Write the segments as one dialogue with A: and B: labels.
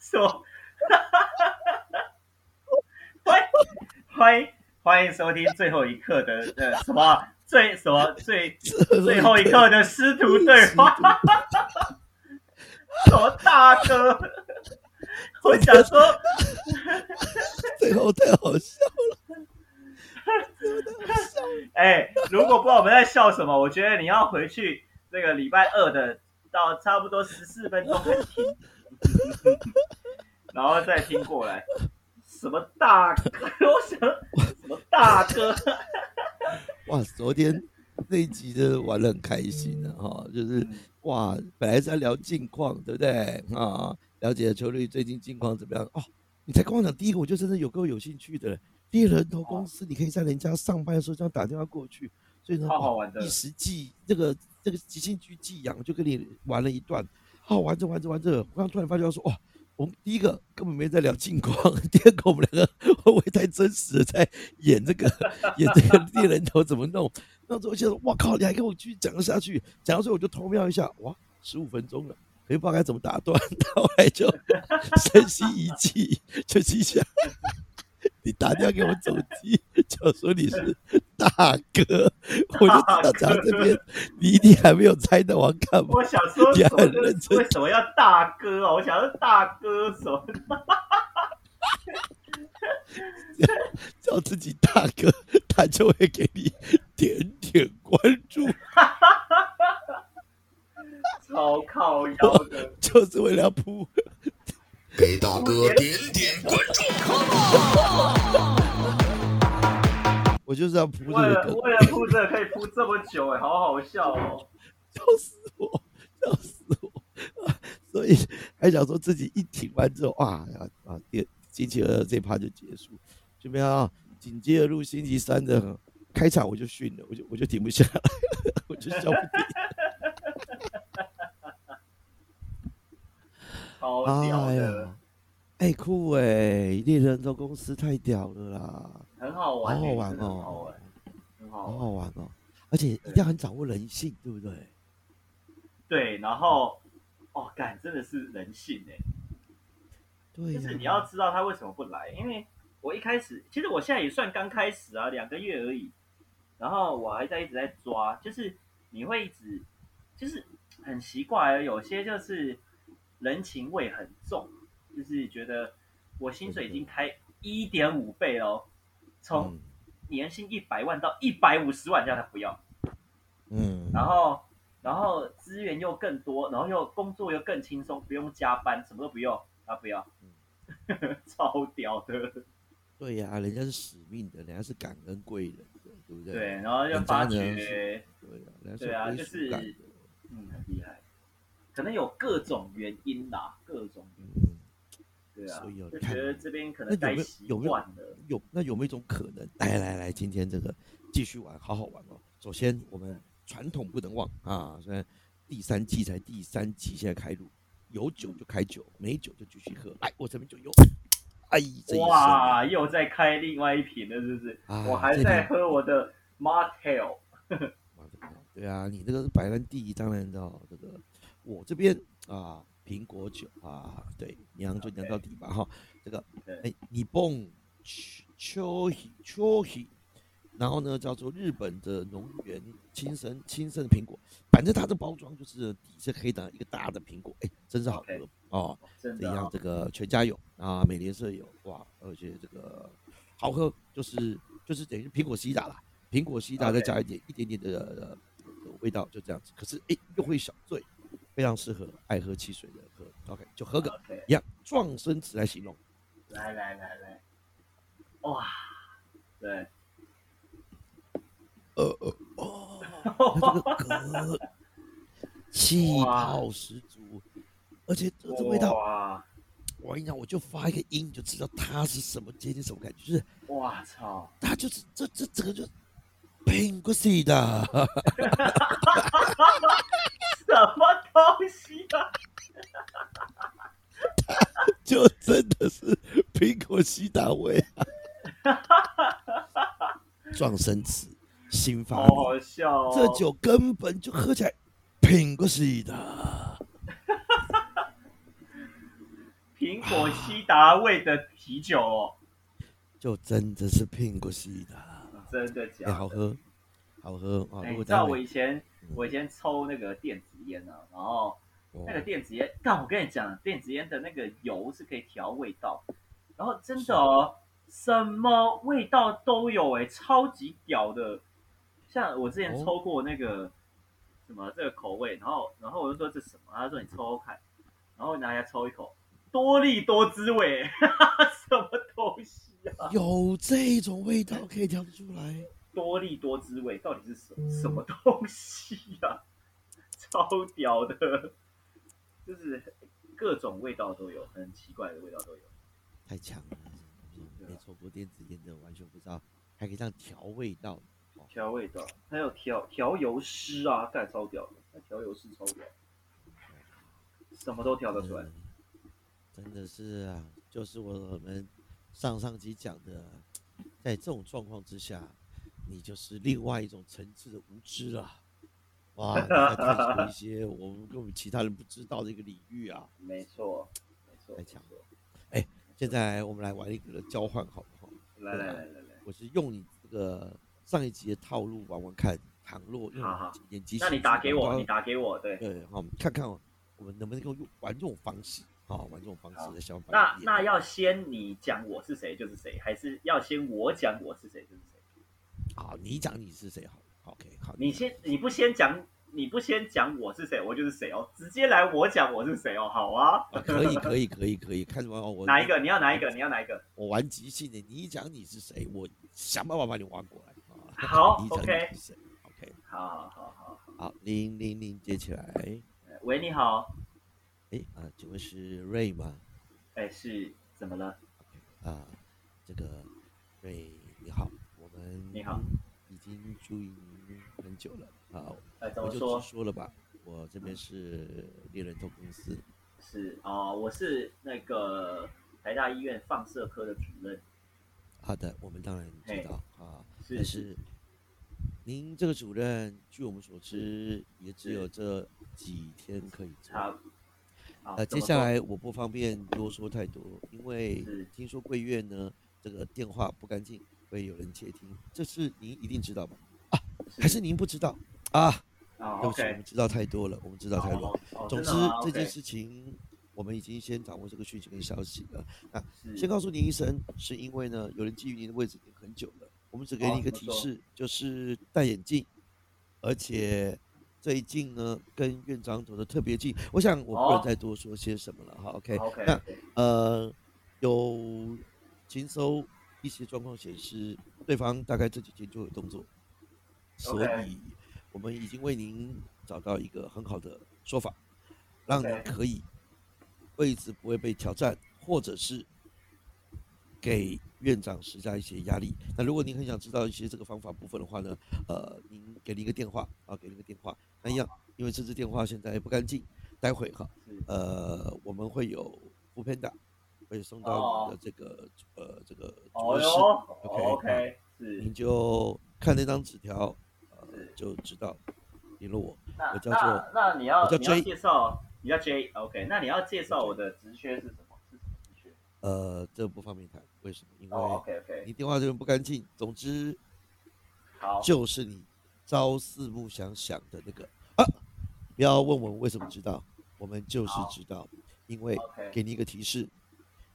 A: 说，欢欢迎欢迎收听最后一刻的呃什么啊最什么最最后一刻的师徒对 话，什么大哥？我想说，
B: 最后太好笑了，
A: 哎、如果不知道我们在笑什么，我觉得你要回去那个礼拜二的到差不多十四分钟才听，然后再听过来。什么大哥？我想什么大哥？
B: 哇！昨天那一集真的玩的很开心的、哈，就是
A: 嗯
B: 哇，本来是在聊近况，对不对啊？了解球队最近近况怎么样？哦，你才跟我讲第一个，我就真的有够有兴趣的了。猎人头公司，你可以在人家上班的时候这样打电话过去，所以呢，
A: 超
B: 哦
A: 好玩的
B: 一。时寄这个这个即兴剧寄养，就跟你玩了一段，好玩着玩着玩着，我刚突然发觉说，哇，我们第一个根本没在聊近况， 第二个我们两个会不会太真实了，在演这个演这个猎人头怎么弄？那时候我觉得，哇靠，你还跟我继续讲下去，讲到最后我就偷瞄一下，哇，十五分钟了。可是不知道该怎么打断， 到后来就深吸一气，就心想：你打电话给我手机，就说你是大哥，我就知道讲到这边，你一定还没有猜到我要干嘛。
A: 我想说
B: 你
A: 什
B: 还
A: 么
B: 很认真
A: 为什么要大哥哦？我想说大哥什么？
B: 叫自己大哥，他就会给你点点关注，
A: 超靠腰的。
B: 就是为了要扑。
C: 给大哥点点关注。
B: 我就是要扑这
A: 为
B: 个
A: 了
B: 梗，
A: 为了铺这个可以铺这么久哎、好好笑哦！
B: 笑死我，笑死我！啊所以还想说自己一挺完之后，哇啊啊，第星期二这趴就结束，就没想到紧接着录星期三的开场我就训了，我就我就停不下来了，我就笑不 停。
A: 超屌
B: 哎
A: 的，
B: 呀，哎酷哎、猎人头公司太屌了啦，
A: 很好玩、欸
B: 好好玩哦
A: 真的很好玩，很好
B: 好
A: 玩。
B: 好玩哦，而且一定要很掌握人性，对不对？
A: 对，然后哦，感真的是人性哎、
B: 对、啊呀嗯
A: 就是你要知道他为什么不来，因为我一开始，其实我现在也算刚开始啊，两个月而已，然后我还在一直在抓，就是你会一直，就是很奇怪，啊有些就是人情味很重，就是觉得我薪水已经开一点五倍喽，从
B: 嗯
A: 年薪一百万到一百五十万，这样他不要，
B: 嗯，
A: 然后然后资源又更多，然后又工作又更轻松，不用加班，什么都不用，他不要，
B: 嗯
A: 超屌的。
B: 对呀、人家是使命的，人家是感恩贵人的，对不对？
A: 对，然后又
B: 人
A: 发
B: 家呢
A: 觉，
B: 对啊，人家
A: 对啊
B: 有
A: 就
B: 归属感
A: 是
B: 的
A: 嗯，很厉害，可能有各种原因啦，各种原因，
B: 嗯
A: 对啊
B: 所以哦，
A: 就
B: 看
A: 觉得这边可
B: 那
A: 能
B: 有
A: 待
B: 没有
A: 习
B: 有没有
A: 惯了，
B: 有那有没有一种可能？来来来，今天这个继续玩，好好玩哦。首先，我们传统不能忘啊，虽然第三季才第三季，现在开录，有酒就开酒，没酒就继续喝。来，我这边就有，哎，这一
A: 哇，又在开另外一瓶了，是不是？
B: 啊
A: 我还
B: 这
A: 在
B: 瓶
A: 喝我的 Martell，
B: 声，对啊，你这个是白兰地，当然的哦，这个我这边啊，苹果酒啊，对，娘就娘到底吧哈。这个
A: 对
B: 哎，你蹦秋秋喜，然后呢叫做日本的农园亲生亲生的苹果，反正它的包装就是底是黑的一个大的苹果，哎，真是好喝
A: OK
B: 哦。
A: 真
B: 这
A: 的
B: 样
A: 哦，
B: 这个全家有啊，美联社有哇，而且这个好喝，就是就是等于苹果西打啦，苹果西打
A: OK
B: 再加一点一点点的呃的味道，就这样子。可是哎，又会小醉，非常适合爱喝汽水的人喝。OK，就喝个
A: OK，
B: 一样撞生词来形容。
A: 来来来来，哇，对，
B: 呃呃 哦，它这个嗝气泡十足，而且这这味道，
A: 哇
B: 我跟你讲，我就发一个音你就知道它是什么接近什么感觉，就是
A: 哇操，
B: 它就是这这整个就是苹果西 的，
A: 什么东西啊？
B: 就真的是苹果西打味、啊。撞生词，新发
A: 好
B: 明。
A: 好笑哦！
B: 这酒根本就喝起来挺个西的，
A: 苹果西达味的啤酒哦，
B: 就真的是挺个西的，
A: 真的假
B: 哎，
A: 的？
B: 好喝，好喝啊！
A: 啊哎、
B: 如
A: 你
B: 果
A: 知道
B: 待
A: 我
B: 会
A: 以前
B: 嗯
A: 我以前抽那个电子烟啊，然后
B: 哦
A: 那个电子烟，但我跟你讲，电子烟的那个油是可以调味道，然后真的哦，什么味道都有哎、超级屌的。像我之前
B: 哦
A: 抽过那个、什么这个口味，然后然后我就说这什么，啊他说你抽抽看，然后拿来抽一口，多利多滋味，欸 什么东西啊？
B: 有这种味道可以调得出来，
A: 多利多滋味到底是什么什么东西啊？ 超屌的，就是各种味道都有，很奇怪的味道都有。
B: 太强了！没抽过电子烟的，完全不知道还可以这样调味道。
A: 调味道，还有调调油师啊，干超屌的，那调油师超屌，什么都调得出来。
B: 嗯真的是啊，就是我们上上集讲的，在这种状况之下，你就是另外一种层次的无知了。哇，你在探索一些我们跟我们其他人不知道的一个领域啊。
A: 没错，没错，
B: 太强现在我们来玩一个交换，好不好？
A: 来来来来来，
B: 我是用你这个上一集的套路玩玩看，倘若用
A: 好好
B: 眼睛，
A: 那你打给
B: 啊
A: 我，你打给我，对。
B: 对，好，我们看看哦我们能不能够用玩这种方式，好，玩这种方
A: 好
B: 式来想法。
A: 那那要先你讲我是谁就是谁，还是要先我讲我是谁就是谁？
B: 好，你讲你是谁好？OK，好，
A: 你
B: 讲
A: 先，你不先讲，你不先讲我是谁，我就是谁哦，直接来我讲我是谁哦，好啊，
B: 啊，可以可以可以可以，看什么我
A: 哪一个？你要哪一个？你要哪一个？
B: 我玩即兴的，你讲你是谁，我想办法把你玩过来。啊
A: 好
B: 你讲
A: ，OK
B: 你是谁？OK，
A: 好好好好，
B: 好，零零零接起来。
A: 呃喂，你好，
B: 哎啊，请问是 Ray 吗？
A: 哎，是怎么了？
B: 啊，这个 Ray 你好，我们
A: 你好，
B: 已经注意您很久了啊，
A: 呃，怎
B: 我
A: 么
B: 就
A: 说
B: 直？说了吧，我这边是猎人头公司，
A: 是哦，我是那个台大医院放射科的主任，
B: 好的，我们当然知道啊，
A: 是
B: 但是您这个主任，据我们所知，也只有这几天可以做。
A: 他。好
B: 呃，
A: 怎
B: 接
A: 么
B: 下
A: 说
B: 来我不方便多说太多，因为
A: 是
B: 听说贵院呢，这个电话不干净，会有人窃听，这是您一定知道吧？还是您不知道啊？
A: 哦
B: 对不起，我
A: ，OK，
B: 们知道太多了，我们知道太多。
A: 哦哦
B: 总
A: 真
B: 之
A: 的吗，
B: 这件
A: OK，
B: 事情我们已经先掌握这个讯息跟消息了。
A: 是
B: 先告诉您一声，是因为呢，有人觊觎您的位置已经很久了。我们只给你一个提
A: 哦怎
B: 示，就是戴眼镜，而且最近呢跟院长走的特别近。我想我不
A: 哦
B: 能再多说些什么了哈。OK，,
A: OK，
B: 那呃，有勤搜一些状况显示，对方大概这几天就有动作，所
A: OK
B: 以我们已经为您找到一个很好的说法，让您
A: OK
B: 可以位置不会被挑战，或者是给院长施加一些压力。那如果您很想知道一些这个方法部分的话呢，呃，您给您一个电话啊，给您一个电话。那一样，因为这支电话现在不干净，待会哈，
A: 是
B: 呃，我们会有副 panda 会送到你的这个、呃这个主
A: 哦
B: 卧室，
A: 哟
B: OK，
A: ，OK，是
B: 您就看那张纸条，呃
A: 是，
B: 就知道联络我。
A: 那
B: 我叫
A: 那
B: 做
A: 那你要
B: 我叫
A: 你要
B: J
A: 介绍，你叫 J，OK，、那你要介绍我的职缺是什么？是什么职缺？
B: 呃，这不方便谈，为什么？因
A: 哦
B: 为
A: ，OK OK，
B: 你电话这边不干净。总之
A: 好，
B: 就是你朝思暮想想的那个啊，不要问我们为什么知道，我们就是
A: 好
B: 知道，因为
A: OK
B: 给你一个提示，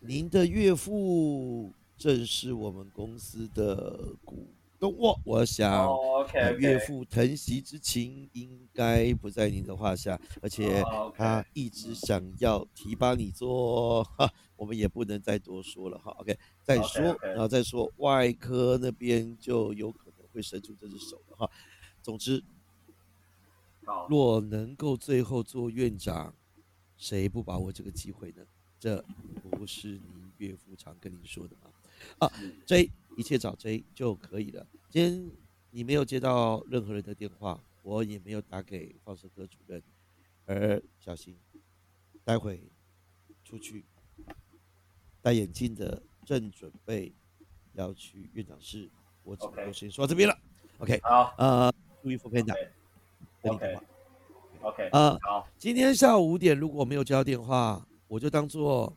B: 您的岳父正是我们公司的股东哦。我想，
A: 哦
B: 呃
A: ，OK，
B: 岳父疼惜之情应该不在您的话下，而且
A: 哦，OK
B: 他一直想要提拔你做，哈，我们也不能再多说了哈。OK，再说
A: OK，OK
B: 然后再说外科那边就有可能会伸出这只手了哈。总之，
A: 好，
B: 若能够最后做院长，谁不把握这个机会呢？这不是您岳父常跟您说的吗？啊
A: 是
B: J，一切找 J 就可以了。今天你没有接到任何人的电话，我也没有打给放射科主任，而小新，待会出去戴眼镜的正准备要去院长室我只
A: OK
B: 能够先说到这边了。OK，
A: 好
B: 呃，注意副片长
A: OK
B: 等你电话。
A: ，OK，
B: 呃，
A: 好，
B: 今天下午五点如果没有接到电话，我就当做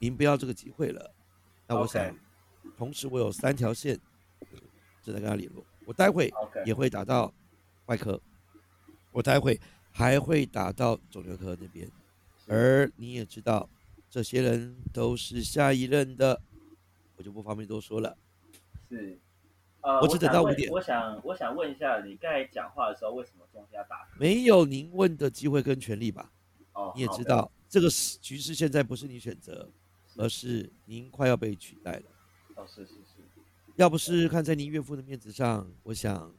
B: 您不要这个机会了。那我
A: OK
B: 想，同时我有三条线正在跟他联络，我待会
A: OK
B: 也会打到外科，我待会还会打到肿瘤科那边。而你也知道，这些人都是下一任的，我就不方便多说了。
A: 是，呃，
B: 我只等
A: 想
B: 到
A: 问
B: 5点
A: 我想，我想问一下，你刚才讲话的时候为什么中间要打？
B: 没有您问的机会跟权利吧？
A: 哦，
B: 你也
A: 好
B: 知
A: 的，
B: 道，这个是局势现在不是你选择，而是您快要被取代了。
A: 哦，是是是，
B: 要不是看在您岳父的面子上，我想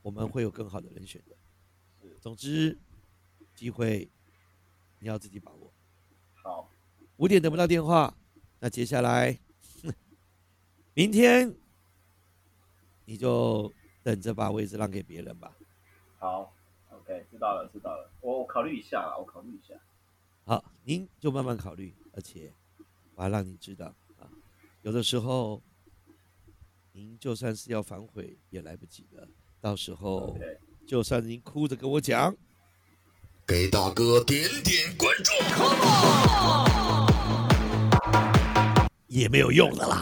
B: 我们会有更好的人选的
A: 是。
B: 总之，机会你要自己把握。
A: 好，
B: 五点等不到电话，那接下来明天你就等着把位置让给别人吧。
A: 好，OK，知道了，知道了，我我考虑一下啦，我考虑一下，
B: 好，您就慢慢考虑，而且我还让你知道啊，有的时候您就算是要反悔也来不及了。到时候
A: OK
B: 就算您哭着跟我讲，
C: 给大哥点点关注。
B: 也没有用的啦。